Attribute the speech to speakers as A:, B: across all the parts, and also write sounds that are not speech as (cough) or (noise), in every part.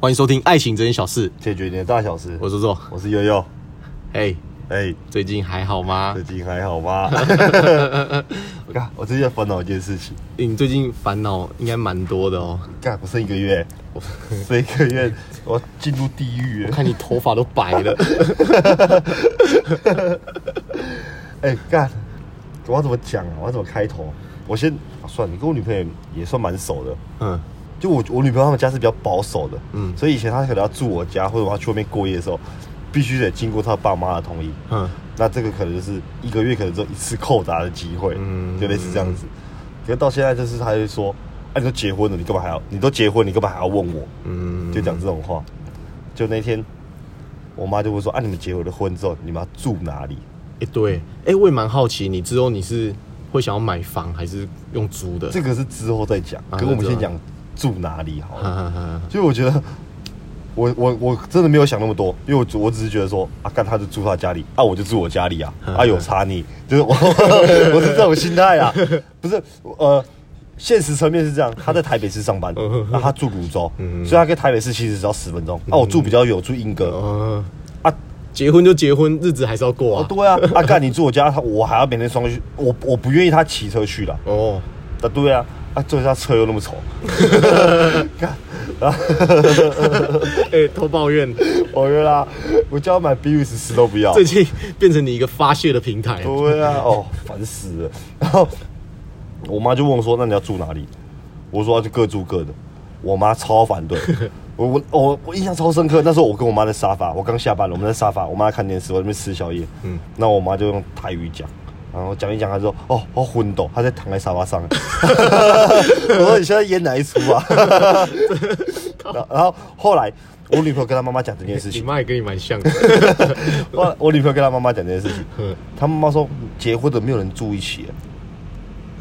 A: 欢迎收听《爱情这件小事》，
B: 解决你的大小事。
A: 我是周周。
B: 我是悠悠，
A: 嘿，
B: 哎、
A: 最近还好吗
B: 最？近还好 (laughs) 吗？我看我最近在烦恼一件事情，
A: 你最近烦恼应该蛮多的哦。
B: 干我剩一个月，我剩一个月，我要进入地狱
A: 我
B: 了。
A: 看你头发都白了，
B: 哎、干，我要怎么讲啊？我要怎么开头？我先、啊算了，你跟我女朋友也算蛮熟的。
A: (laughs) 嗯，
B: 就我我女朋友她们家是比较保守的，
A: 嗯
B: 嗯，所以以前她可能要住我家或者我要去外面过夜的时候，必须得经过她爸妈的同意。
A: 嗯，
B: 那这个可能就是一个月可能只有一次扣打的机会，
A: 嗯
B: 嗯，就类似这样子。可是到现在就是他就说，哎、你都结婚了，你干嘛还要？你都结婚，你干嘛还要问我？
A: 嗯，
B: 就讲这种话。就那天，我妈就会说，啊，你们结了婚之后，你们要住哪里？
A: 哎、对，哎、我也蛮好奇，你之后你是会想要买房还是用租的？ (laughs)
B: 这个是之后再讲，
A: 啊
B: 可我们
A: 那
B: 先
A: 之后
B: 讲住哪里好了。
A: 哈哈哈
B: 就我觉得，我我我真的没有想那么多，因为我只我只是觉得说，啊，干他就住他家里，啊，我就住我家里啊，啊，有差你，就是我 (laughs) 我是这种心态啊，不是呃，现实层面是这样，他在台北市上班，那、他住泸州，所以他跟台北市其实只要十分钟，啊，我住比较远，我住英格
A: 嗯，
B: 啊。
A: 结婚就结婚，日子还是要过
B: 哦，
A: 啊。
B: 对啊， (laughs) 啊干你住我家，他我还要每天双去，我我不愿意他骑车去了，
A: 哦， (laughs)
B: 啊对啊，啊坐他车又那么丑，干，啊
A: 哎、偷抱
B: (laughs)
A: 怨，
B: 我约啦，我叫他买 B 五十四都不要，
A: 最近变成你一个发泄的平台。
B: 对啊，哦，烦死了。然后我妈就问我说：“那你要住哪里？”我说：“啊就各住各的。”我妈超反对。我我哦我我印象超深刻，那时候我跟我妈在沙发，我刚下班了，我们在沙发，我妈在看电视，我在那边吃宵夜。嗯，那我妈就用台语讲，然后讲一讲，她说：“哦，我昏倒，她在躺在沙发上。”我说：“你现在演哪一出啊？” (laughs) 然后然后后来我女朋友跟她妈妈讲这件事
A: 你
B: 情，
A: 妈也跟你蛮
B: (laughs)
A: 像的。
B: 我我女朋友跟她妈妈讲这件事情
A: 嗯，
B: 她妈妈说结婚的没有人住一起，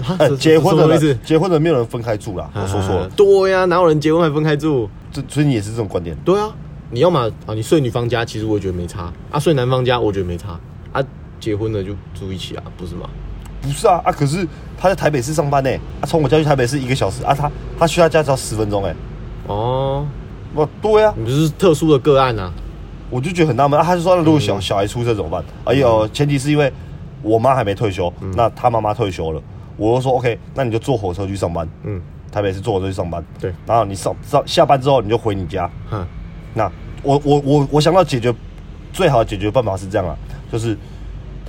A: 啊
B: 呃，结婚的
A: 什么意思
B: 人？结婚的没有人分开住啦，我说错
A: 啊
B: 了，
A: 对呀、哪有人结婚还分开住？
B: 这所以你也是这种观点，
A: 对啊，你要么啊，你睡女方家，其实我也觉得没差啊；睡男方家，我觉得没差啊。结婚了就住一起啊，不是吗？
B: 不是啊啊，可是他在台北市上班呢，啊，从我家去台北市一个小时啊，他他去他家只要十分钟哎，
A: 哦，
B: 哇，对啊，
A: 你不是特殊的个案啊？
B: 我就觉得很纳闷啊，他就说那如果
A: 嗯
B: 小小孩出生怎么办？哎呦，前提是因为我妈还没退休，
A: 嗯
B: 那他妈妈退休了，我就说 OK，那你就坐火车去上班，
A: 嗯，
B: 台北市坐火车去上班，
A: 对
B: 然后你上上下班之后你就回你家，
A: 哼，
B: 那我我我我想到解决最好的解决办法是这样啊，就是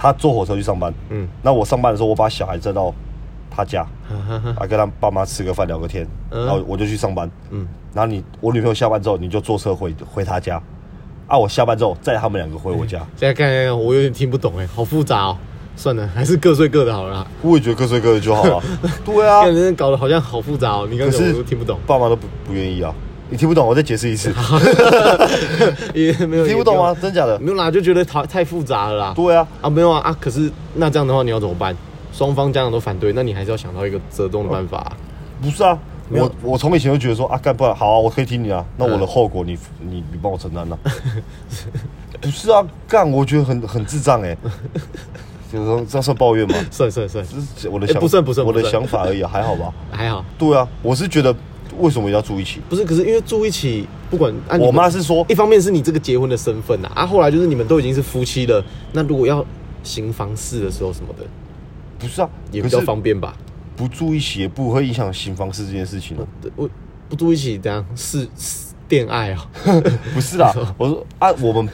B: 他坐火车去上班，
A: 嗯
B: 嗯，那我上班的时候我把小孩载到他家，
A: 哈哈哈
B: 啊跟他爸妈吃个饭聊个天，
A: 嗯
B: 然后我就去上班，
A: 嗯
B: 嗯，然后你我女朋友下班之后你就坐车回回他家，啊我下班之后载他们两个回我家，
A: 现在看看我有点听不懂哎，好复杂哦。算了，还是各睡各的好了啦。
B: 我也觉得各睡各的就好
A: (laughs)
B: 了，对啊
A: 感，觉搞得好像好复杂哦，你刚
B: 可
A: 才我
B: 是
A: 都听不懂，
B: 爸妈都不不愿意啊，你听不懂我再解释
A: (laughs)
B: 一次，
A: 也没有
B: 听不懂吗？？啊真假的
A: 也？没有嗯啦，就觉得太太复杂了啦。
B: 对啊，
A: 啊，没有啊啊！可是那这样的话，你要怎么办？双方家长都反对，那你还是要想到一个折中的办法啊、
B: 不是啊，
A: 没有
B: 我我从以前就觉得说啊，干不然好啊，我可以听你啊，那我
A: 嗯
B: 的后果你、你你帮我承
A: (laughs)
B: 担啊。不是啊，干我觉得很很智障哎、
A: (laughs)
B: 就是说这样算抱怨吗？
A: 算算算，
B: 这是我的
A: 哎
B: 想、
A: 不算不算
B: 我的
A: 不算
B: 想法而已啊、还好吧？
A: 还好，
B: 对啊，我是觉得为什么要住
A: (laughs)
B: 一起？
A: 不是。可是因为住一起，不管啊，你们
B: 我妈是说
A: 一方面是你这个结婚的身份呐、啊，啊，后来就是你们都已经是夫妻了，那如果要行房事的时候什么的，
B: 不是啊，
A: 也
B: 可
A: 比
B: 是
A: 较方便吧？
B: 不住一起也不会影响新房事这件事情
A: (laughs)
B: 啊。
A: 对我不住一起怎样是是恋爱啊？
B: 不
A: (laughs)
B: 是啦，我说啊，我们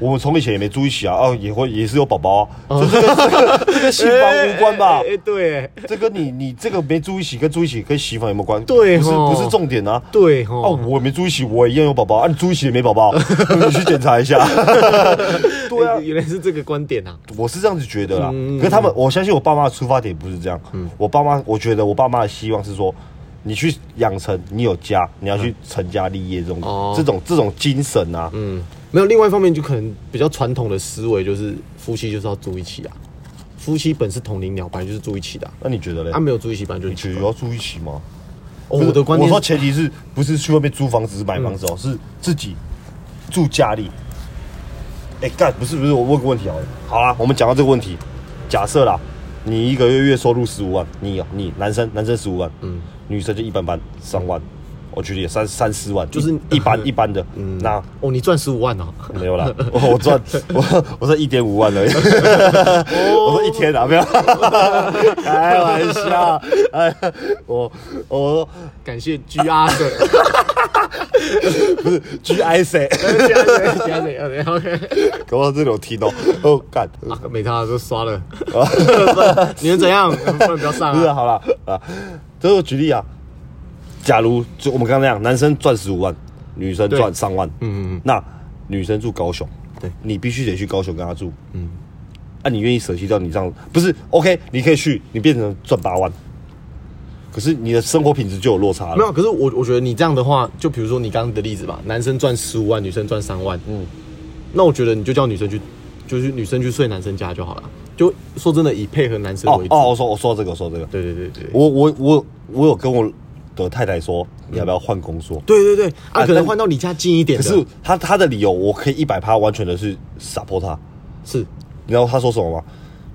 B: 我们从以前也没住一起啊，哦、也会也是有宝宝、啊，这这个这个新 (laughs) 房无关吧？
A: 哦 (laughs) 哎、哎哎对哎
B: 这跟你你这个没住一起，跟住一起跟洗房有没有关？
A: 对
B: 不是
A: 吼
B: 不是重点啊。
A: 对
B: 哦
A: 哦，，
B: 我没住一起，我一样有宝宝啊。你住一起也没宝宝，你去检查一下。 (laughs) 对啊
A: 哎，原来是这个观点啊。
B: 我是这样子觉得啦。
A: 嗯
B: 可是他们，我相信我爸妈的出发点不是这样。我爸妈，我觉得我爸妈的希望是说，你去养成你有家，你要去成家立业这种、
A: 哦
B: 这种这种精神啊。
A: 嗯，没有。另外一方面，就可能比较传统的思维就是夫妻就是要住一起啊，夫妻本是同林鸟，本来就是住一起的啊、
B: 那你觉得嘞？
A: 啊，没有住一起本来就
B: 你
A: 是
B: 觉
A: 奇
B: 得
A: 怪。
B: 要住一起吗？
A: 哦，我的观
B: 哎
A: 念
B: 我
A: 嗯
B: 说
A: 是，
B: 前提是不是去外面租房子、买房子哦，是自己住家里。哎、干，不是不是，我问个问题好了。好啦，我们讲到这个问题，假设啦，你一哦个月月收入十五万，你你男生男生十五万，嗯，女生就一般般，三万，我举例三三四万，
A: 就是
B: 一一般一般的，那
A: 哦，你赚十五万哦， (laughs)
B: 没有啦，我我赚我我赚一点五万而已，
A: 哦
B: (laughs) 我说一天啊，
A: (laughs)
B: 没有，开玩笑，哎，我我
A: 感谢 G R 的，
B: 不是 G I C，
A: 其他谁其他谁呃，OK，
B: 搞不好这种听到， (laughs) 哦干，
A: 啊没他都刷了，你们怎样？不能不要上
B: 不是
A: 啊，
B: 好了啊，这我举例啊，假如就我们刚刚那样，男生赚十五万，女生赚
A: 对
B: 上万，嗯嗯，那女生住高雄，
A: 对
B: 你必须得去高雄跟她住，嗯，啊，你愿意舍弃掉你这样不是 OK？你可以去，你变成赚八万，可是你的生活品质就有落差
A: 没
B: 了，哦
A: 有，可是我我觉得你这样的话，就比如说你刚刚的例子吧，男生赚十五万，女生赚三万，嗯，那我觉得你就叫女生去，就是女生去睡男生家就好了。就说真的，以配合男生
B: 哦
A: 为主。
B: 哦，我说我说这个，我说这个，
A: 对对对对，
B: 我我我我有跟我的太太说，你要不要换工作？
A: 对对对，啊，
B: 啊
A: 可能
B: 但
A: 换到离家近一点
B: 可
A: 的。
B: 是她她的理由，我可以一百趴完全的去 support 她。
A: 是
B: 你知道他说什么吗？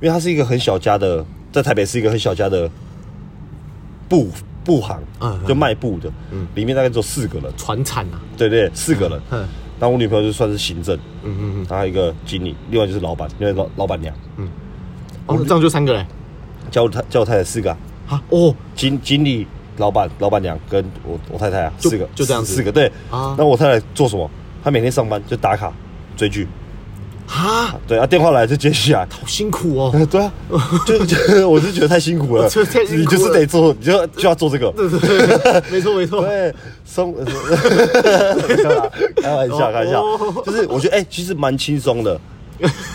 B: 因为他是一个很小家的，在台北是一个很小家的布布行
A: 嗯，
B: 就卖布的，里面大概只有四个人，
A: 传产啊，
B: 对对，四个人
A: 嗯。
B: 那我女朋友就算是行政，嗯嗯嗯，然后一个经理，另外就是老板，另外老老板娘，
A: 哦，这样就三个嘞。
B: 叫我太叫我太太四个啊、
A: 啊哦，
B: 经经理、老板、老板娘跟我我太太啊，
A: 就
B: 四个，
A: 就这样子
B: 四四个对。
A: 啊
B: 那我太太做什么？她每天上班就打卡追剧，
A: 哈，
B: 对啊，电话来就接起来，
A: 好辛苦
B: (laughs)
A: 哦。
B: 对啊，就 (laughs) 就我是觉得太辛苦了，
A: 这太辛苦了
B: 你就是得做，你就就要做这个。
A: 对对对，没错没错。
B: 对，松， (laughs) 开玩笑，开玩
A: 哦
B: 笑，就是我觉得哎、其实蛮轻松的。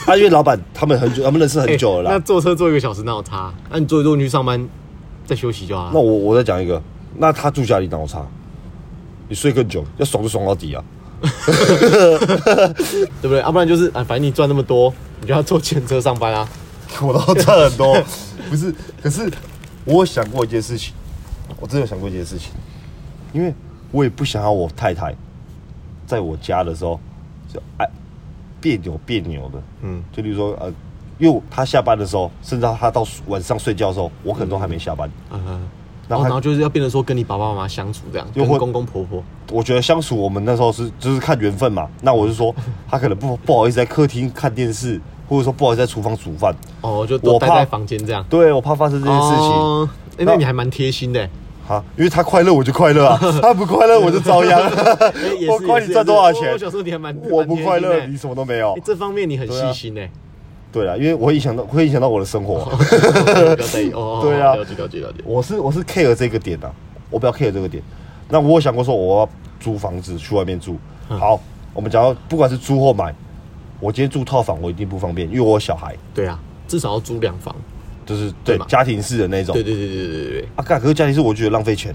B: 啊，因为老板他们很久，他们认识很久了
A: 欸那
B: 啦。
A: 坐车坐一个小时哪有差？那你坐一坐你去上班，再休息就好啊
B: 那
A: 了。
B: 我我再讲一个，那他住家里哪有差？你睡更久，要爽就爽到底啊！
A: 对不对？要、不然就是啊，反正你赚那么多，你就要坐前车上班啊。
B: (laughs) 我都赚很多， (laughs) 不是？可是我有想过一件事情，我真的有想过一件事情，因为我也不想要我太太在我家的时候就哎别扭别扭的，嗯，就例如说呃，因为她下班的时候，甚至她到晚上睡觉的时候，我可能都还没下班，
A: 嗯，然
B: 然
A: 后
B: 后
A: 然后就是要变成说跟你爸爸妈妈相处这样，
B: 又
A: 跟
B: 或
A: 公公婆婆。
B: 我觉得相处我们那时候是就是看缘分嘛。那我是 (laughs) 说，她可能不不好意思在客厅看电视，或者说不好意思在厨房煮饭，
A: 哦，就都
B: 我
A: 待
B: 怕
A: 在房间这样。
B: 对我怕发生这件事情。
A: 哦欸那你还蛮贴心的欸，
B: 啊，因为他快乐我就快乐
A: (laughs)
B: 啊，他不快乐我就遭殃
A: 欸也。是
B: 我管
A: 也
B: 你
A: 是
B: 赚多少
A: 也是我
B: 钱
A: 我，想说你还蛮
B: (laughs) 我不快乐，你
A: 你
B: 什么都没有。
A: 哎这方面你很细心呢。
B: 对啊了，因为我会影响到会影响到我的生
A: (laughs)
B: 活，
A: 不
B: (laughs)
A: 要在意哦。
B: 对啊
A: 了解了解了解。
B: 我是我是 care 这个点的，我不要 care 这个点。啊那我有想过说我要租房子去外面住，
A: 嗯
B: 好，我们讲到不管是租或买，我今天住套房我一定不方便，因为我有小孩，
A: 对啊，至少要租两房。
B: 就是
A: 对
B: 对
A: 嘛
B: 家庭式的那种
A: 对。对对对对对对。
B: 啊，干，可是家庭式我觉得浪费钱，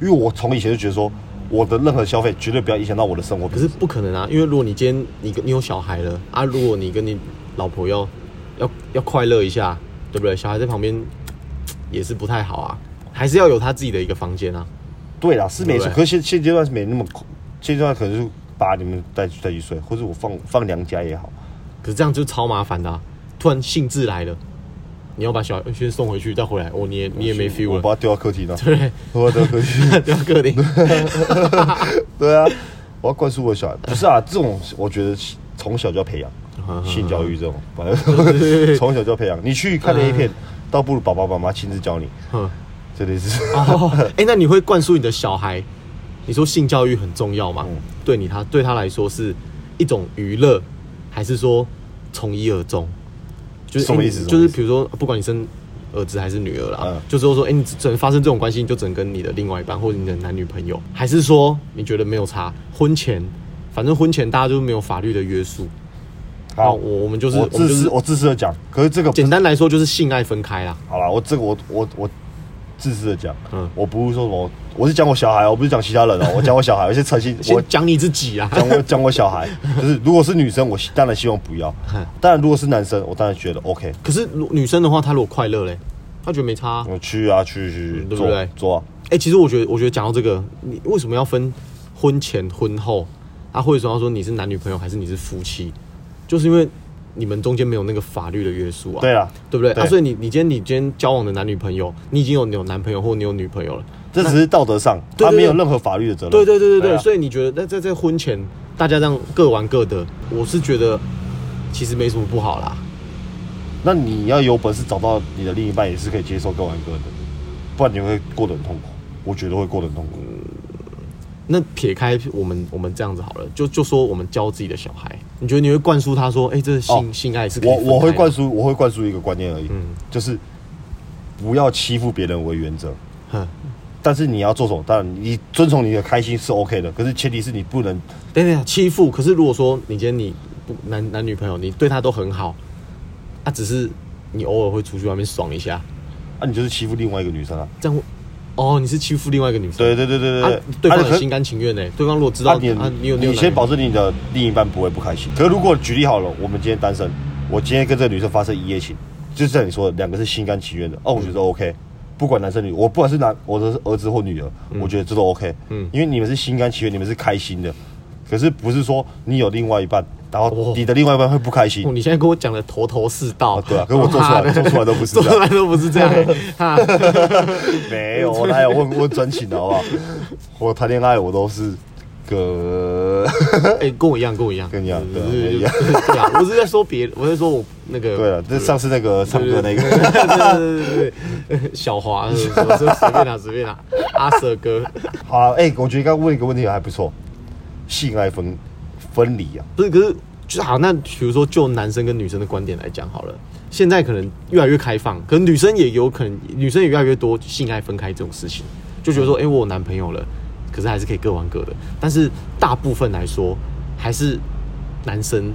B: 因为我从以前就觉得说我的任何消费绝对不要影响到我的生活品
A: 可
B: 质
A: 是。不可能啊，因为如果你今天你跟你有小孩了啊，如果你跟你老婆要要要快乐一下，对不对？小孩在旁边嘖也是不太好啊，还是要有他自己的一个房间啊。
B: 对啦，是没错
A: 对，不对
B: 可是现现阶段是没那么空，现阶段可能是把你们带去带去睡，或者我放放娘家也好。
A: 可是这样就超麻烦的、啊，突然兴致来了，你要把小孩呃先送回去再回来，哦，你也你也没 feel
B: 我把
A: 了，
B: 它丢到客厅了，啊
A: 对不对？
B: 我把它丢到客厅。
A: (laughs) 对啊，
B: (laughs)
A: 各领。
B: 对啊，我要灌输我小孩。不是啊，这种我觉得从小就要培养性教育这
A: (laughs)
B: 种，反正从小就要培养。你去看 A 片，倒不如爸爸妈妈亲自教你，
A: 嗯
B: 这类是。
A: 哦， (laughs) 哎、那你会灌输你的小孩，你说性教育很重要
B: 嗯
A: 吗？对你他对他来说是一种娱乐，还是说从一而终？就是
B: 什么
A: 诶
B: 意思
A: 你
B: 什
A: 就
B: 么
A: 是
B: 意思
A: 比如说，不管你生儿子还是女儿啦，
B: 嗯
A: 就是说说，哎、你只能发生这种关系，你就只能跟你的另外一半或者你的男女朋友，还是说你觉得没有差？婚前，反正婚前大家就没有法律的约束。那
B: 好，
A: 我我们哦就是
B: 我
A: 我们
B: 自
A: 就是
B: 私，我自私的讲，可是这个不
A: 简单来说就是性爱分开啦。
B: 好了，我这个我我我自私的讲，
A: 嗯
B: 我不是说什么，我是讲我小孩，我不是讲其他人哦、我讲我小孩，我是诚心，我
A: 先讲你自己啊，
B: 讲我讲我小孩，就是如果是女生，我希当然希望不要
A: 嗯；，
B: 当然如果是男生，我当然觉得 OK，
A: 可是如女生的话，她如果快乐嘞，她觉得没差啊、
B: 我去啊去去
A: 对
B: 去
A: 不对
B: 做做啊，
A: 哎、其实我觉得，我觉得讲到这个，你为什么要分婚前婚后？啊，或者说要说你是男女朋友还是你是夫妻，就是因为你们中间没有那个法律的约束啊，
B: 对啦
A: 对不对？
B: 对
A: 啊，所以你你今天你今天交往的男女朋友，你已经有你有男朋友或你有女朋友了，
B: 这只是道德上，
A: 对
B: 他
A: 对
B: 没有
A: 对
B: 任何法律的责任。
A: 对对对对对，
B: 啊
A: 所以你觉得在在在婚前大家这样各玩各的，我是觉得其实没什么不好啦。
B: 那你要有本事找到你的另一半，也是可以接受各玩各的，不然你会过得很痛苦。我觉得会过得很痛苦。
A: 那撇开我们我们这样子好了，就就说我们教自己的小孩，你觉得你会灌输他说，哎、这是性、
B: 哦
A: 性爱是可以
B: 我
A: 分开
B: 我会
A: 的
B: 灌，输，我会灌输一个观念而已，
A: 嗯
B: 就是不要欺负别人为原则。
A: 哼，
B: 但是你要做什么？当然，你遵从你的开心是 OK 的，可是前提是你不能
A: 等等欺负。可是如果说你今天你不男男女朋友，你对他都很好，啊，只是你偶尔会出去外面爽一下，
B: 啊，你就是欺负另外一个女生啊。
A: 这样会，哦，你是欺负另外一个女生，
B: 对对对对对
A: 啊，对方
B: 啊可
A: 很心甘情愿呢、对方如果知道
B: 啊你
A: 啊你有
B: 你
A: 有
B: 先
A: 男
B: 保证你的另一半不会不开心。可是如果举例好了，我们今天单身，我今天跟这个女生发生一夜情，就是像你说的，两个是心甘情愿的，哦，我觉
A: 嗯
B: 得 OK，、不管男生女，我不管是男我的儿子或女儿，我觉得这都 OK，
A: 嗯
B: 因为你们是心甘情愿，你们是开心的，可是不是说你有另外一半，然后
A: 哦
B: 你的另外一半会不开心
A: 哦，，你现在跟我讲的头头是道，
B: 啊对啊可是我
A: (laughs)
B: 做出来
A: 妈的
B: 做出来都不是这样
A: 做出来都不是这样欸，哈，
B: 没有，我哪有问问专情的好不好？ (laughs) 我谈恋爱我都是个，
A: 哎，跟我一样，跟我一样，
B: 跟你一样对啊
A: 就是
B: 跟你一样
A: 就是对啊，我是在说别，我在说我那个，
B: (laughs) 对了，这上次那个唱歌那
A: 对
B: 个。
A: 对对对对，小华，呃说说随便拿随便拿，阿蛇哥，
B: 好啊，哎、我觉得刚刚问一个问题还不错，性爱分分离啊，
A: 不是，可是就是好，那比如说就男生跟女生的观点来讲好了。现在可能越来越开放，可能女生也有可能，女生也越来越多性爱分开这种事情，就觉得说，哎、我有男朋友了，可是还是可以各玩各的。但是大部分来说，还是男生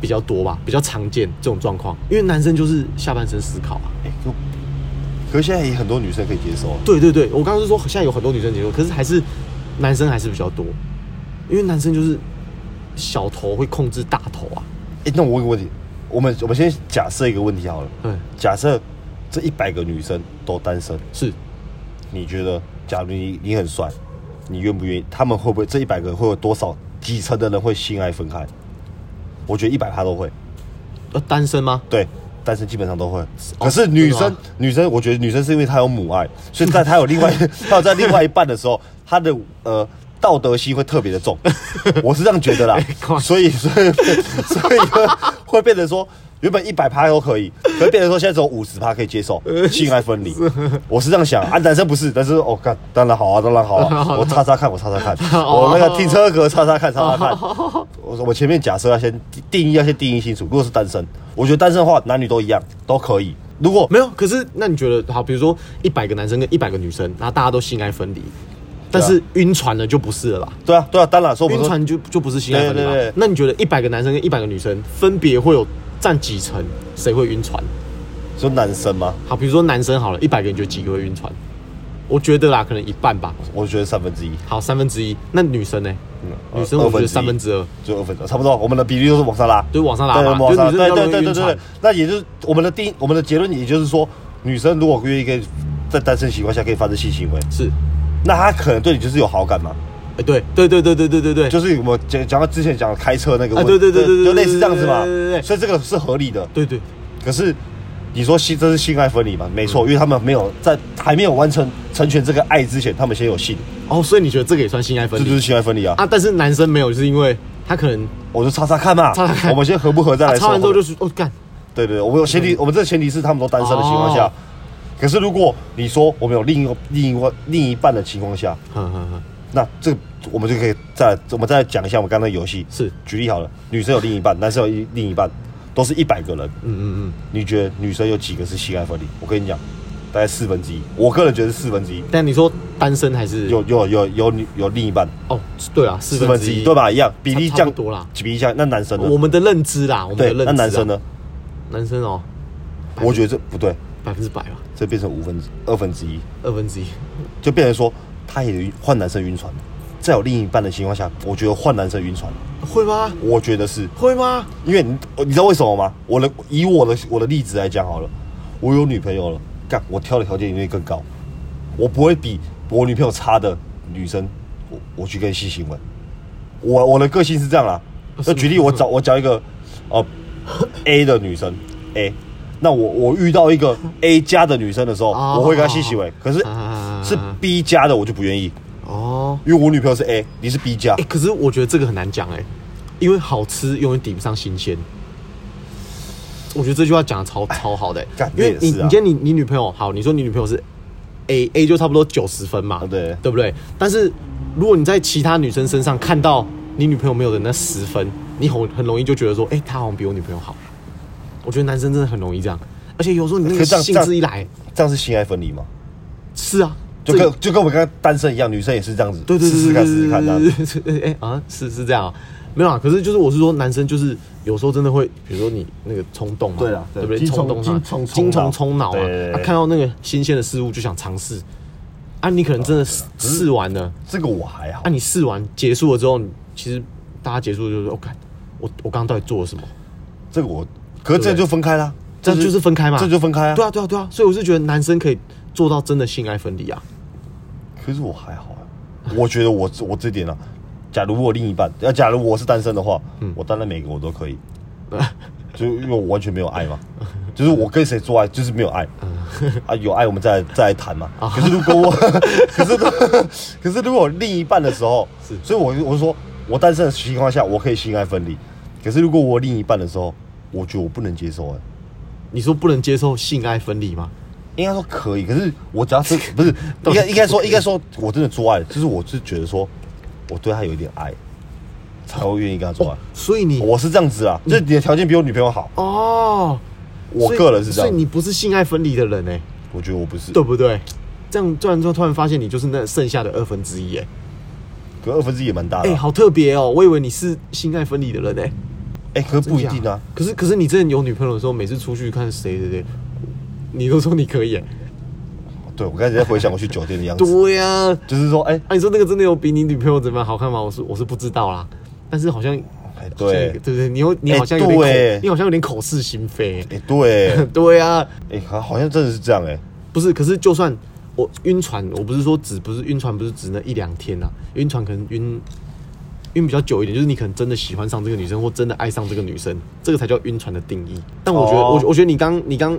A: 比较多吧，比较常见这种状况，因为男生就是下半身思考啊。
B: 哎、可可是现在也很多女生可以接受啊，
A: 对对对，我刚刚是说现在有很多女生结婚，可是还是男生还是比较多，因为男生就是小头会控制大头啊。
B: 哎、那我问个问题，我们我们先假设一个问题好了，
A: 对，
B: 假设这一百个女生都单身，
A: 是
B: 你觉得，假如你你很帅，你愿不愿意？他们会不会这一百个会有多少几成的人会性爱分开？我觉得一百趴都会，
A: 呃单身吗？
B: 对，单身基本上都会。
A: 哦
B: 可是女
A: 真的
B: 生
A: 吗，
B: 女生，我觉得女生是因为她有母爱，所以在她有另外，
A: (laughs)
B: 她有在另外一半的时候，她的呃道德心会特别的
A: (laughs)
B: 重，我是这样觉得啦
A: 靠。
B: (laughs) 所以，所以，所以会会变成说。原本一百趴都可以，可是变成说现在只有五十趴可以接受，
A: 呃
B: 性爱分离，我是这样想啊。男生不是，但是哦，干，当然好啊，当然好
A: (laughs)
B: 啊，我擦擦看，我擦擦看，
A: 哦
B: 我那个停车格擦擦
A: (laughs)
B: 看，擦擦看。我说我前面假设要先定义，要先定义清楚。如果是单身，我觉得单身的话，男女都一样，都可以。如果
A: 没有，可是那你觉得好？比如说一百个男生跟一百个女生，然后大家都性爱分离，但是晕船了就不是了吧？
B: 对啊，对啊，当然啊说我
A: 晕
B: 们说
A: 船就就不是性爱分离吧？
B: 对对对
A: 那你觉得一百个男生跟一百个女生分别会有占几成？谁会晕船？
B: 说男生吗？
A: 好，比如说男生好了，一百个你觉得几个会晕船？我觉得啦，可能一半吧。
B: 我觉得三分之一，
A: 好，三分之一。那女生呢？
B: 呃
A: 女生我觉得三分之二，
B: 就二分之二，差不多。我们的比例都是往上拉，
A: 就是往上拉
B: 对，
A: 嘛
B: 往上拉。
A: 就
B: 对
A: 女生比较
B: 对
A: 容易
B: 对对
A: 晕
B: 对
A: 船
B: 对。那也就是我们的定，我们的结论，也就是说，女生如果愿意跟在单身情况下可以发生性行为，
A: 是，
B: 那她可能对你就是有好感嘛。
A: 哎、对对对对对对对对，
B: 就是我们讲讲到之前讲的开车那个问
A: 啊
B: 题，
A: 对对对对对
B: 就类似这样子
A: 对
B: 嘛。
A: 对对对对
B: 所以这个是合理的。
A: 对对
B: 可是你说性这是性爱分离嘛？没错，因为他们没有在还没有完成成全这个爱之前，他们先有性，
A: 哦，所以你觉得这个也算性爱
B: 这
A: 分
B: 就
A: 离
B: 是性爱分离啊！
A: 啊？但是男生没有，就是因为他可能
B: 我就擦擦看嘛，
A: 擦擦看
B: 我们先合不合再
A: 他
B: 来说。
A: 插完之后就是哦干，
B: 对对对，我们有前提，我们这前提是他们都单身的情况下
A: 哦。
B: 可是如果你说我们有另一个另一个另一半的情况下，
A: 呵呵呵，
B: 那这我们就可以再我们再讲一下我们刚刚的游戏。
A: 是
B: 举例好了，女生有另一半，男生有一另一半，都是一百个人。
A: 嗯嗯嗯。
B: 你觉得女生有几个是性爱分离？我跟你讲，大概四分之一。我个人觉得是四分之一。
A: 但你说单身还是
B: 有有有有女有另一半，
A: 哦？对啊，四
B: 四分
A: 分之
B: 之一
A: 一
B: 对？吧？一样比例
A: 差
B: 降
A: 差不多啦
B: 比例降。那男生呢？
A: 我们的认知啦，我们的
B: 对，
A: 认知、啊
B: 那男生？呢？
A: 男生哦，
B: 我觉得这不对，
A: 百分之百吧，啊
B: 这变成五分之二分之一，
A: 二分之一。
B: 就变成说他也晕换男生晕船了。在有另一半的情况下，我觉得换男生晕船，
A: 会吗？
B: 我觉得是
A: 会吗？
B: 因为你你知道为什么吗？我的以我的我的例子来讲好了，我有女朋友了，干我挑的条件一定更高，我不会比我女朋友差的女生，我我去跟性行为，我我的个性是这样啦。那举例，我找我找一个呃 A 的女生 A，那我我遇到一个 A 加的女生的时候，
A: 哦
B: 我会跟她细细微，可是
A: 啊
B: 是 B 加的我就不愿意，
A: 哦，
B: 因为我女朋友是 A，你是 B 加
A: 哎、，可是我觉得这个很难讲哎、因为好吃永远抵不上新鲜。我觉得这句话讲的超超好的、欸
B: 哎干，
A: 因为
B: 这
A: 你、
B: 也是啊
A: 你今天你你女朋友好，你说你女朋友是 A A 就差不多九十分嘛，
B: 啊对
A: 对不对？但是如果你在其他女生身上看到你女朋友没有的那十分，你很很容易就觉得说，哎、她好像比我女朋友好。我觉得男生真的很容易这样，而且有时候你那
B: 可
A: 个
B: 是这样
A: 性
B: 这样
A: 质一来，
B: 这样是性爱分离吗？
A: 是啊，
B: 就
A: 这
B: 跟就跟我们刚刚单身一样，女生也是这样子，
A: 对对对
B: 试试看试试看这样子。
A: 对对对对哎、啊，是是这样、啊，没有啊。可是就是我是说，男生就是有时候真的会，比如说你那个冲动嘛，
B: 对啊对
A: 对不对？
B: 精
A: 冲
B: 虫
A: 动
B: 精
A: 冲
B: 虫
A: 精
B: 冲
A: 虫
B: 脑
A: 冲脑啊
B: 对对对
A: 啊看到那个新鲜的事物就想尝试啊。你可能
B: 哦
A: 真的试
B: 啊
A: 试
B: 嗯
A: 完了，
B: 这个我还好
A: 啊，，你试完结束了之后，你其实大家结束就是，我、哦、看我我刚刚到底做了什么，
B: 这个我，可是这就分开啦，
A: 这就是分开嘛，
B: 这就分开啊。
A: 对啊，对啊，对啊。所以我是觉得男生可以做到真的性爱分离啊。
B: 可是我还好啊，我觉得我 (laughs) 我这点啊，假如我另一半，呃，假如我是单身的话，我当然每个我都可以， (laughs) 就因为我完全没有爱嘛，就是我跟谁做爱就是没有爱，啊，有爱我们再来再来谈嘛。可是如果我， (laughs) 可是可是如果另一半的时候，
A: 是
B: 所以我我说我单身的情况下，我可以性爱分离，可是如果我另一半的时候，我觉得我不能接受哎、
A: 你说不能接受性爱分离吗？
B: 应该说可以，可是我只要
A: (laughs)
B: 是不是应该应该说应该说我真的做爱了，就是我是觉得说我对他有一点爱，才会愿意跟他做爱。
A: 所以你
B: 我是这样子啊，就是你的条件比我女朋友好，
A: 哦，
B: 我
A: 所以
B: 个人是这
A: 所
B: 样
A: 以你不是性爱分离的人哎、
B: 我觉得我不是。
A: 对不对？这样突然突然突然发现你就是那剩下的二分之一哎
B: 可二分之一也蛮大的
A: 哎，
B: 啊，
A: 好特别哦！我以为你是性爱分离的人哎、
B: 哎，可是不一定
A: 真假
B: 啊。。
A: 可是可是你之前有女朋友的时候，每次出去看谁谁谁，你都说你可以哎、
B: 对我开始在回想我去酒店的样子，
A: 对呀、啊，
B: 就是说，哎，
A: 你说那个真的有比你女朋友怎么样好看吗？我是我是不知道啦，但是好像
B: 哎
A: 好像
B: 对
A: 对不对？你有你
B: 哎
A: 好像有点口，
B: 对
A: 你好像有点口是心非、
B: 哎，
A: (laughs)
B: 对，
A: 欸。对啊，
B: 哎，好好像真的是这样哎。
A: 不是，可是就算我晕船，我不是说只不是晕船，不是指那一两天啊，晕船可能晕晕比较久一点，就是你可能真的喜欢上这个女生，或真的爱上这个女生，这个才叫晕船的定义。但我觉得，
B: 哦
A: 我我觉得你刚你刚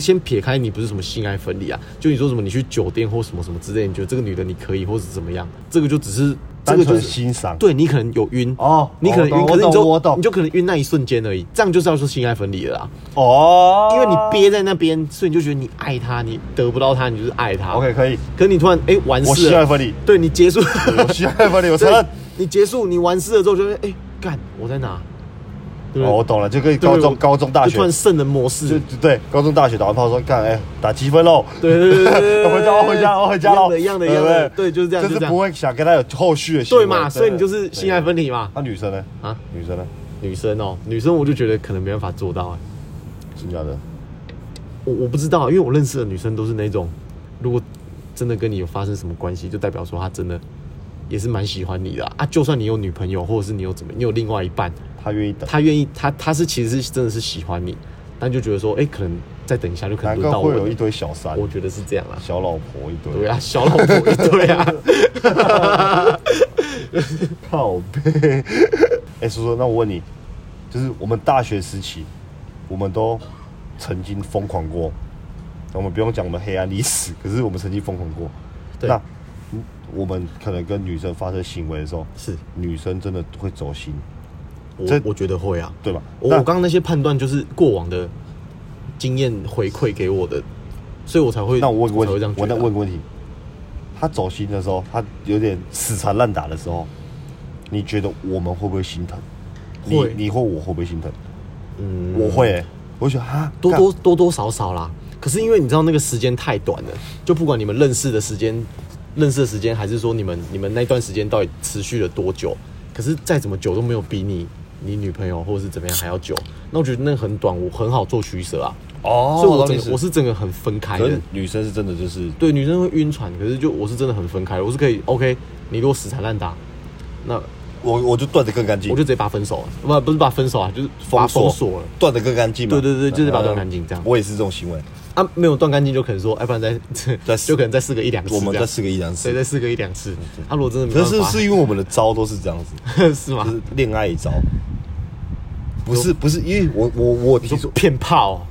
A: 先撇开你不是什么性爱分离啊，就你说什么你去酒店或什么什么之类，你觉得这个女的你可以，或是怎么样，这个就只是这
B: 单
A: 个就
B: 纯
A: 是
B: 欣赏
A: 对你可能有晕
B: 哦
A: 你可能
B: 我
A: 晕，
B: 懂
A: 可是你
B: 我懂我
A: 就
B: 懂
A: 你就可能晕那一瞬间而已，这样就是要说性爱分离了啦。
B: 哦，
A: 因为你憋在那边，所以你就觉得你爱他，你得不到他，你就是爱他。
B: OK 可以，
A: 可是你突然哎、完
B: 我
A: 事
B: 性爱
A: 了，
B: 分离，
A: 对你结束，
B: 我啊性爱分离，我
A: (laughs)
B: 承
A: 对
B: 认。
A: 你结束你完事了之后就会哎干我在哪？对
B: 哦，
A: 不
B: 我
A: 对？
B: 懂了，就跟
A: 对
B: 高中
A: 我
B: 高中大
A: 就
B: 学
A: 突然圣人模
B: 就
A: 式，
B: 就对，高中、大学打完炮说，看，哎、打积分喽，
A: 对对对对对对对
B: (laughs) 回家喽，回家喽，回家喽，
A: 一样的一样的一样的
B: 不
A: 对就是这样
B: 就是
A: 就是这样
B: 不会想跟他有后续的行为
A: 对嘛？所以你就是性爱分。离嘛。
B: 那、女生呢？
A: 啊，
B: 女生呢？
A: 女生哦，女生我就觉得可能没办法做到哎、
B: 真假的？
A: 我我不知道，因为我认识的女生都是那种，如果真的跟你有发生什么关系，就代表说她真的也是蛮喜欢你的啊啊。就算你有女朋友，或者是你有怎么，你有另外一半，
B: 她愿意等，
A: 她愿意，她她是其实是真的是喜欢你，但就觉得说，哎、可能再等一下就可
B: 难
A: 能轮
B: 怪
A: 到我
B: 会有
A: 了
B: 一。堆小三、
A: 我觉得是这样啊。
B: 小老婆一堆。
A: 对啊，小老婆一堆
B: (laughs)
A: 啊，
B: 靠背。 (laughs) 哎、叔叔，那我问你，就是我们大学时期，我们都曾经疯狂过。我们不用讲我们黑暗历史， (laughs) 可是我们曾经疯狂过。
A: 对
B: 那嗯我们可能跟女生发生行为的时候，
A: 是
B: 女生真的会走心，
A: 我
B: 这
A: 我觉得会啊。
B: 对吧？
A: 我我
B: 那
A: 刚刚那些判断就是过往的经验回馈给我的，所以我才会
B: 那我问个
A: 才会这
B: 问题
A: 样，觉
B: 我
A: 得
B: 那
A: 啊
B: 问个问题，他走心的时候，他有点死缠烂打的时候，你觉得我们会不会心疼？你
A: 会
B: 你或我会不会心疼？
A: 嗯
B: 我会、欸，我会觉得哈，
A: 多
B: 干
A: 多多多少少啦。可是因为你知道那个时间太短了，就不管你们认识的时间，认识的时间，还是说你们你们那段时间到底持续了多久？可是再怎么久都没有比你你女朋友或者是怎么样还要久。那我觉得那很短，我很好做取舍啊。
B: 哦
A: 所以我整
B: 懂
A: 个
B: 意思
A: 我是整个很分开
B: 可
A: 的
B: 是。女生是真的就是
A: 对，女生会晕船，可是就我是真的很分开的，我是可以 OK，你如果死缠烂打，那
B: 我我就断的更干净，
A: 我就直接把她分手了，不不是把她分手啊，就是把她封锁了。
B: 断的更干净嘛。
A: 对对对就是把它
B: 嗯
A: 断干净这样
B: 我也是这种行为，
A: 啊，没有断干净就可能说，哎要、不然再 (laughs)
B: 再试
A: 就可能再试个一两次这
B: 我
A: 样。
B: 们再试个一两次
A: 对，。再试个一两次。他如果真的没
B: 可
A: 办
B: 是
A: 法，啊
B: 是因为我们的招都是这样子，
A: 嗯是 (laughs) 是吗
B: 就？是恋爱招，不是不是，因为我我我提
A: 你
B: 出
A: 说骗炮哦？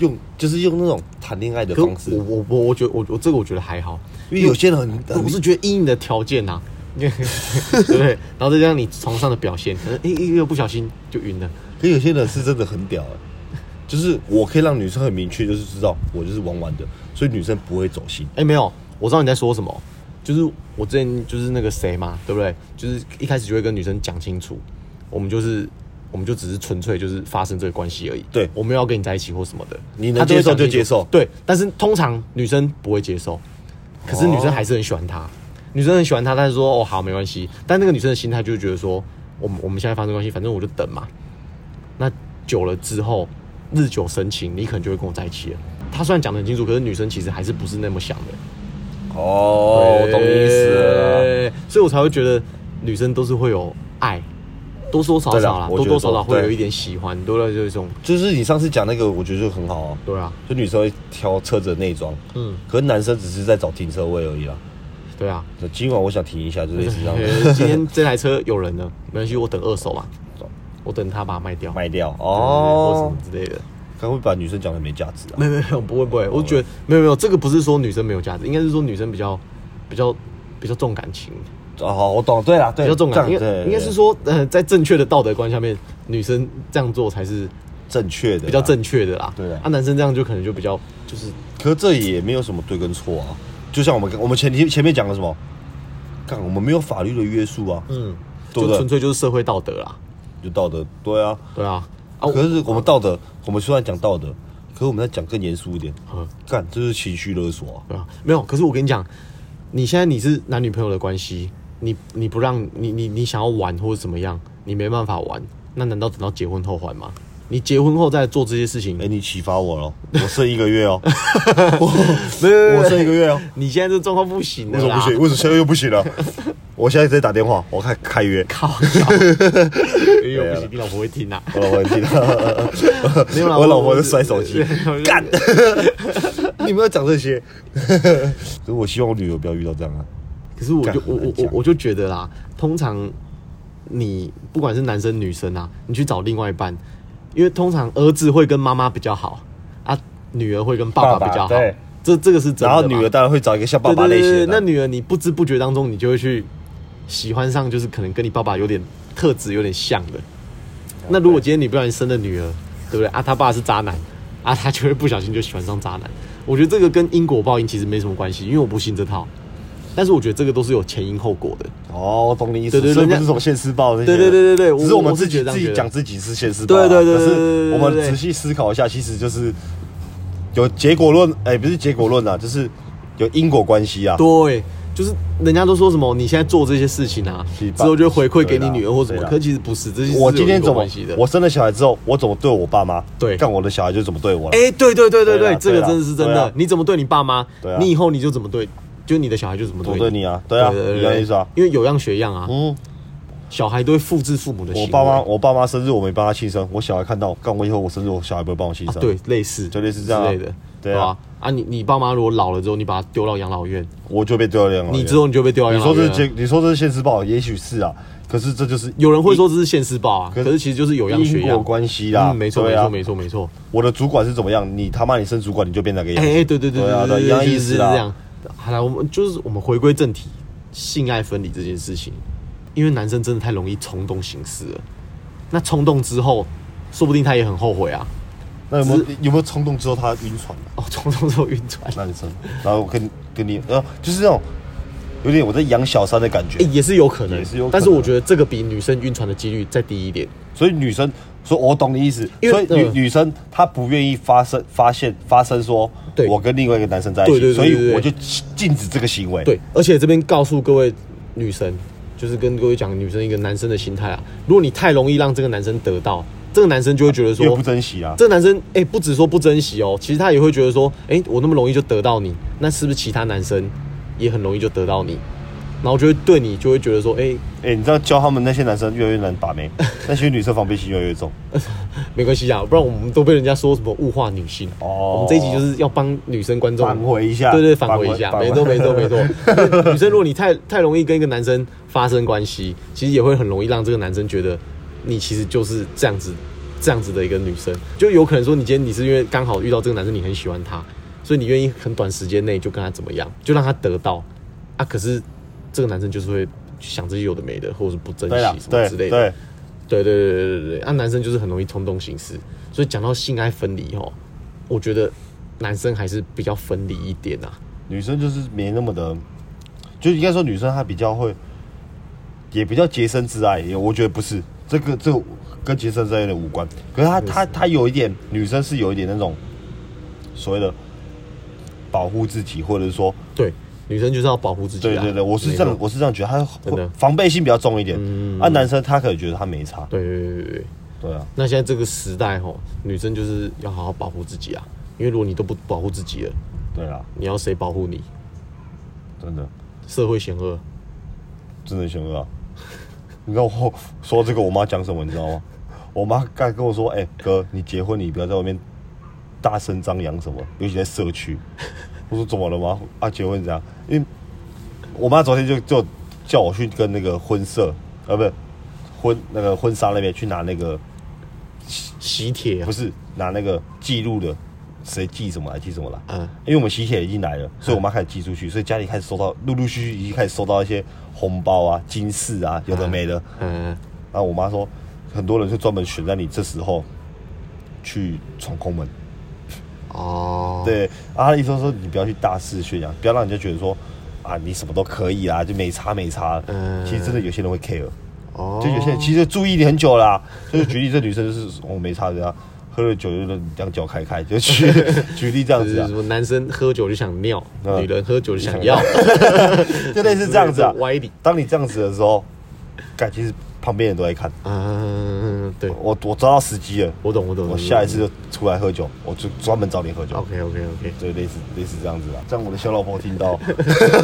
B: 用就是用那种谈恋爱的
A: 可
B: 方
A: 我
B: 式，
A: 我我我觉得我我这个我觉得还好，
B: 因为有些人很
A: 我
B: 很
A: 是觉得依你的条件 (laughs) 呐、啊，对不对？然后再加上你床上的表现，可能一一个不小心就晕了。
B: 可有些人是真的很屌哎、就是我可以让女生很明确，就是知道我就是玩玩的，所以女生不会走心。
A: 哎、没有，我知道你在说什么，就是我之前就是那个谁嘛，对不对？就是一开始就会跟女生讲清楚，我们就是我们就只是纯粹就是发生这个关系而已，
B: 对
A: 我没有要跟你在一起或什么的，
B: 你能
A: 她都会
B: 接受
A: 讲
B: 就
A: 清楚
B: 接受
A: 对，但是通常女生不会接受，可是女生还是很喜欢他，女生很喜欢他，但是说哦好没关系，但那个女生的心态就是觉得说，我们我们现在发生关系，反正我就等嘛，那久了之后，日久生情，你可能就会跟我在一起了。他虽然讲的很清楚，可是女生其实还是不是那么想的。
B: 哦，我懂你意思了。
A: 欸所以我才会觉得女生都是会有爱，多多少少啦，
B: 对啦我
A: 多
B: 觉得
A: 多少少会有
B: 对
A: 一点喜欢，多了就是这种，
B: 就是你上次讲那个，我觉得就很好啊。
A: 对啊，
B: 就女生会挑车子的内装，
A: 嗯，
B: 可是男生只是在找停车位而已啦。
A: 对啊。
B: 那今晚我想停一下，就类似这样
A: 呃 (laughs) 今天这台车有人了，没关系，我等二手嘛，我等他把它卖掉，
B: 卖掉
A: 哦，或
B: 哦
A: 什么。之类的。
B: 他会把女生讲的没价值啊。
A: 没有没有没有，不会不会，我觉得没有没有，这个不是说女生没有价值，应该是说女生比较比较比较重感情，
B: 哦，好，我懂。对啦，对，
A: 比较重感
B: 这
A: 情，应
B: 样
A: 该应
B: 对
A: 该是说呃，在正确的道德观下面，女生这样做才是
B: 正确的，
A: 比较。正确的啦。
B: 啊对啊
A: 啊，男生这样就可能就比较就是
B: 可是这也没有什么对跟错啊。就像我们我们前提前面讲的什么，干我们没有法律的约束啊，
A: 嗯，
B: 对不
A: 就
B: 对
A: 纯粹就是社会道德啦。
B: 就道德。对啊，
A: 对啊，啊，
B: 可是我们道德，我们虽然讲道德，可是我们在讲更严肃一点。
A: 嗯
B: 干，这是情绪勒索啊。
A: 对啊，没有。可是我跟你讲，你现在你是男女朋友的关系，你你不让你你你想要玩或者怎么样，你没办法玩，那难道等到结婚后还吗？你结婚后再做这些事情，
B: 哎、你启发我了，我剩一个月
A: (laughs)
B: 哦，
A: 没有
B: 我剩一个月哦，
A: 你现在这状况不行的
B: 为什么
A: 啦
B: 不。行？为什么现在又不行了？我现在在打电话，我看开约。
A: 靠！靠哎呦，
B: 啊
A: 不行，你老婆会听
B: (laughs)
A: 啊。
B: 我老婆听到，
A: 没有啦
B: 我老婆在摔手机，
A: (laughs) 干。 (laughs)
B: 你们要讲这些。所以我希望我女儿不要遇到这样啊。
A: 可是我
B: 干
A: 就我
B: 很难
A: 我我
B: 讲
A: 我就觉得啦，通常你不管是男生女生啊，你去找另外一半，因为通常儿子会跟妈妈比较好啊，女儿会跟爸
B: 爸爸
A: 比较好
B: 对，
A: 这这个是真的
B: 然
A: 吧。
B: 后女儿当然会找一个像爸爸
A: 对
B: 类
A: 对
B: 型
A: 对
B: 的
A: 对
B: 啊
A: 那
B: 男，
A: 女儿你不知不觉当中，你就会去喜欢上，就是可能跟你爸爸有点特质有点像的。
B: 哦
A: 那如果今天你不小心生了女儿，对不对啊？他爸是渣男啊，他就会不小心就喜欢上渣男。我觉得这个跟因果报应其实没什么关系，因为我不信这套。但是我觉得这个都是有前因后果的。
B: 哦，我懂你意思
A: 对，对
B: 所以
A: 人
B: 不
A: 家
B: 是什么现世报那些，
A: 对对对对对
B: 只是我们
A: 我
B: 自己
A: 我是觉得这样觉
B: 自己
A: 得
B: 讲自己是现世报
A: 对
B: 啊，
A: 对对对
B: 可
A: 对
B: 是
A: 对对
B: 我们
A: 对
B: 仔细思考一下，其实就是有结果论，哎，不是结果论啊，就是有因果关系啊，
A: 对，就是人家都说什么你现在做这些事情啊，
B: 是吧
A: 之后就会回馈给你女儿或什么
B: 对，啦
A: 可其实不是，这是
B: 我今
A: 有
B: 天
A: 因果
B: 怎么
A: 关系的？
B: 我生了小孩之后，我怎么对我爸妈？
A: 对
B: 看我的小孩就怎么对我了。
A: 哎、对对对对
B: 对
A: 对，
B: 啦
A: 这个
B: 对啦
A: 真的是真
B: 对
A: 的
B: 啊。
A: 你怎么对你爸妈
B: 对，啊
A: 你以后你就怎么对，就你的小孩就怎么
B: 我
A: 对
B: 对你啊，对啊，一样意思啊。
A: 因为有样学样啊，
B: 嗯，
A: 小孩都会复制父母的行
B: 我
A: 为。
B: 爸妈，我爸妈生日我没帮他庆生，我小孩看到，干我以后我生日我小孩不会帮我庆生。
A: 啊对，类似
B: 就类似这样啊
A: 之类的，
B: 对啊
A: 吧。啊，你你爸妈如果老了之后，你把他丢到养老院，
B: 我就被丢脸了。
A: 你之后你就被丢到
B: 哦你
A: 养
B: 说
A: 老
B: 这是
A: 院
B: 结
A: 啊。，
B: 你说这是现实报，也许是啊，可是这就是
A: 有人会说这是现世报啊，可
B: 可是
A: 是其实就是有样学
B: 因果
A: 样。
B: 关系啦。
A: 嗯，没错，没
B: 对啊
A: 错，没错，没错。
B: 我的主管是怎么样，你他妈你升主管你就变那个样
A: 哎
B: 子。
A: 哎，对对对
B: 对啊，
A: 对，
B: 一样
A: 就是
B: 意
A: 是
B: 思
A: 这
B: 啦
A: 样。。好了，我们就是我们回归正题，性爱分离这件事情，因为男生真的太容易冲动行事了。那冲动之后，说不定他也很后悔啊。
B: 那有没有
A: 只
B: 有没有冲动之后他晕船？
A: 哦， (laughs) 冲动之后晕船，
B: 那你生，然后我跟跟你，呃，就是那种有点我在养小三的感觉
A: 哎、。也是有可能，
B: 也是有可能啊
A: 但是我觉得这个比女生晕船的几率再低一点。
B: 所以女生说，我懂你意思，
A: 因
B: 所
A: 为
B: 以女、
A: 呃
B: 女生她不愿意发生发现发生说
A: 对，
B: 我跟另外一个男生在一
A: 对对对
B: 起，所
A: 对
B: 以
A: 对
B: 我就禁止这个行为。
A: 对，而且这边告诉各位女生，就是跟各位讲女生一个男生的心态啊，如果你太容易让这个男生得到，这个男生就会觉得
B: 越
A: 说
B: 不，珍惜啊，
A: 这个男生哎、不只说不珍惜哦，其实他也会觉得说，哎、我那么容易就得到你，那是不是其他男生也很容易就得到你？然后就会对你就会觉得说，哎、
B: 哎、你知道教他们那些男生越来越难
A: (laughs)
B: 把妹，那些女生防备心越来越重。
A: 没关系啊，不然我们都被人家说什么物化女性。我
B: 哦
A: 们这一集就是要帮女生观众
B: 挽回一下
A: 对对，返回一下，
B: 挽
A: 没
B: 回
A: 错没
B: 挽
A: 错没
B: 回
A: 错。因
B: (laughs)
A: 为女生如果你太太容易跟一个男生发生关系，其实也会很容易让这个男生觉得你其实就是这样子这样子的一个女生，就有可能说你今天你是因为刚好遇到这个男生，你很喜欢他，所以你愿意很短时间内就跟他怎么样，就让他得到啊。可是这个男生就是会想这些有的没的，或者是不珍
B: 对啦
A: 惜，什么
B: 对
A: 之类的。
B: 对，
A: 对对对对对对，啊，男生就是很容易冲动行事，所以讲到性爱分离哦，我觉得男生还是比较分离一点啊。
B: 女生就是没那么的，就应该说女生她比较会，也比较洁身自爱。也我觉得不是这个这个跟洁身自爱有点无关，可是她她她有一点，女生是有一点那种所谓的保护自己，或者说
A: 对，女生就是要保护自己、啊。
B: 对对对，我是
A: 没
B: 这样
A: 错，
B: 我是这样觉得，她
A: 真的嗯
B: 会防备心比较重一点。啊，男生他可能觉得他没差，
A: 对对对对对。
B: 对啊，
A: 那现在这个时代吼，女生就是要好好保护自己啊，因为如果你都不保护自己了，
B: 对啊，
A: 你要谁保护你？
B: 真的。
A: 社会险恶，
B: 真的凶恶、啊。你知道我说到这个，我妈讲什么，你知道吗？我妈刚才跟我说：“哎、哥，你结婚你不要在外面大声张扬什么，尤其在社区。”我说：“怎么了吗？啊，结婚怎样？”因为我妈昨天就就叫我去跟那个婚社，呃，不是婚那个婚纱那边去拿那个，
A: 喜帖啊
B: 不，是拿那个记录的，谁记什么来记什么来。
A: 嗯，
B: 因为我们喜帖已经来了，所以我妈开始寄出去，所以家里开始收到，陆陆续续已经开始收到一些红包啊、金饰啊，有的没的。
A: 嗯，
B: 然后我妈说，很多人就专门选在你这时候去闯空门。
A: 哦，，
B: 对，啊，她的意思说你不要去大肆宣扬，不要让人家觉得说啊你什么都可以啊，就没差没差。
A: 嗯
B: 其实真的有些人会 care，
A: 哦，
B: 就有些人其实注意你很久啦、就是举例，这女生就是我、哦、没差的啊，喝了酒就两脚开开，就举举例这样
A: 就
B: 子
A: 是
B: 啊
A: 什，么男生喝酒就想尿，
B: 嗯
A: 女人喝酒就想要，
B: 就 (laughs) 类似这样子啊
A: 就。是歪理，
B: 当你这样子的时候，感其实旁边人都在看。
A: 嗯，对，
B: 我我抓到时机了，
A: 我懂我懂，
B: 我下一次就出来喝酒，我就专门找你喝酒。
A: ，OK OK OK，
B: 对，类似类似这样子啦。这样我的小老婆听到，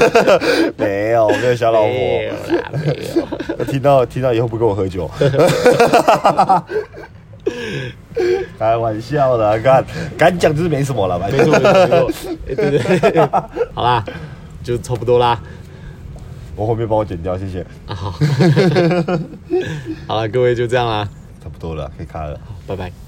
B: (laughs) 没有没有小老
A: 没有
B: 婆，
A: 啦，没有，
B: 听到听到以后不跟我喝酒，开玩笑的啊，敢敢讲就是没什么了，反
A: 没
B: 正
A: 错没错没错，哎对对，对好啦，就差不多啦。
B: 我后面帮我剪掉，谢谢，
A: 啊，好，好了，各位就这样啦，
B: 差不多了，可以开了。
A: 拜拜。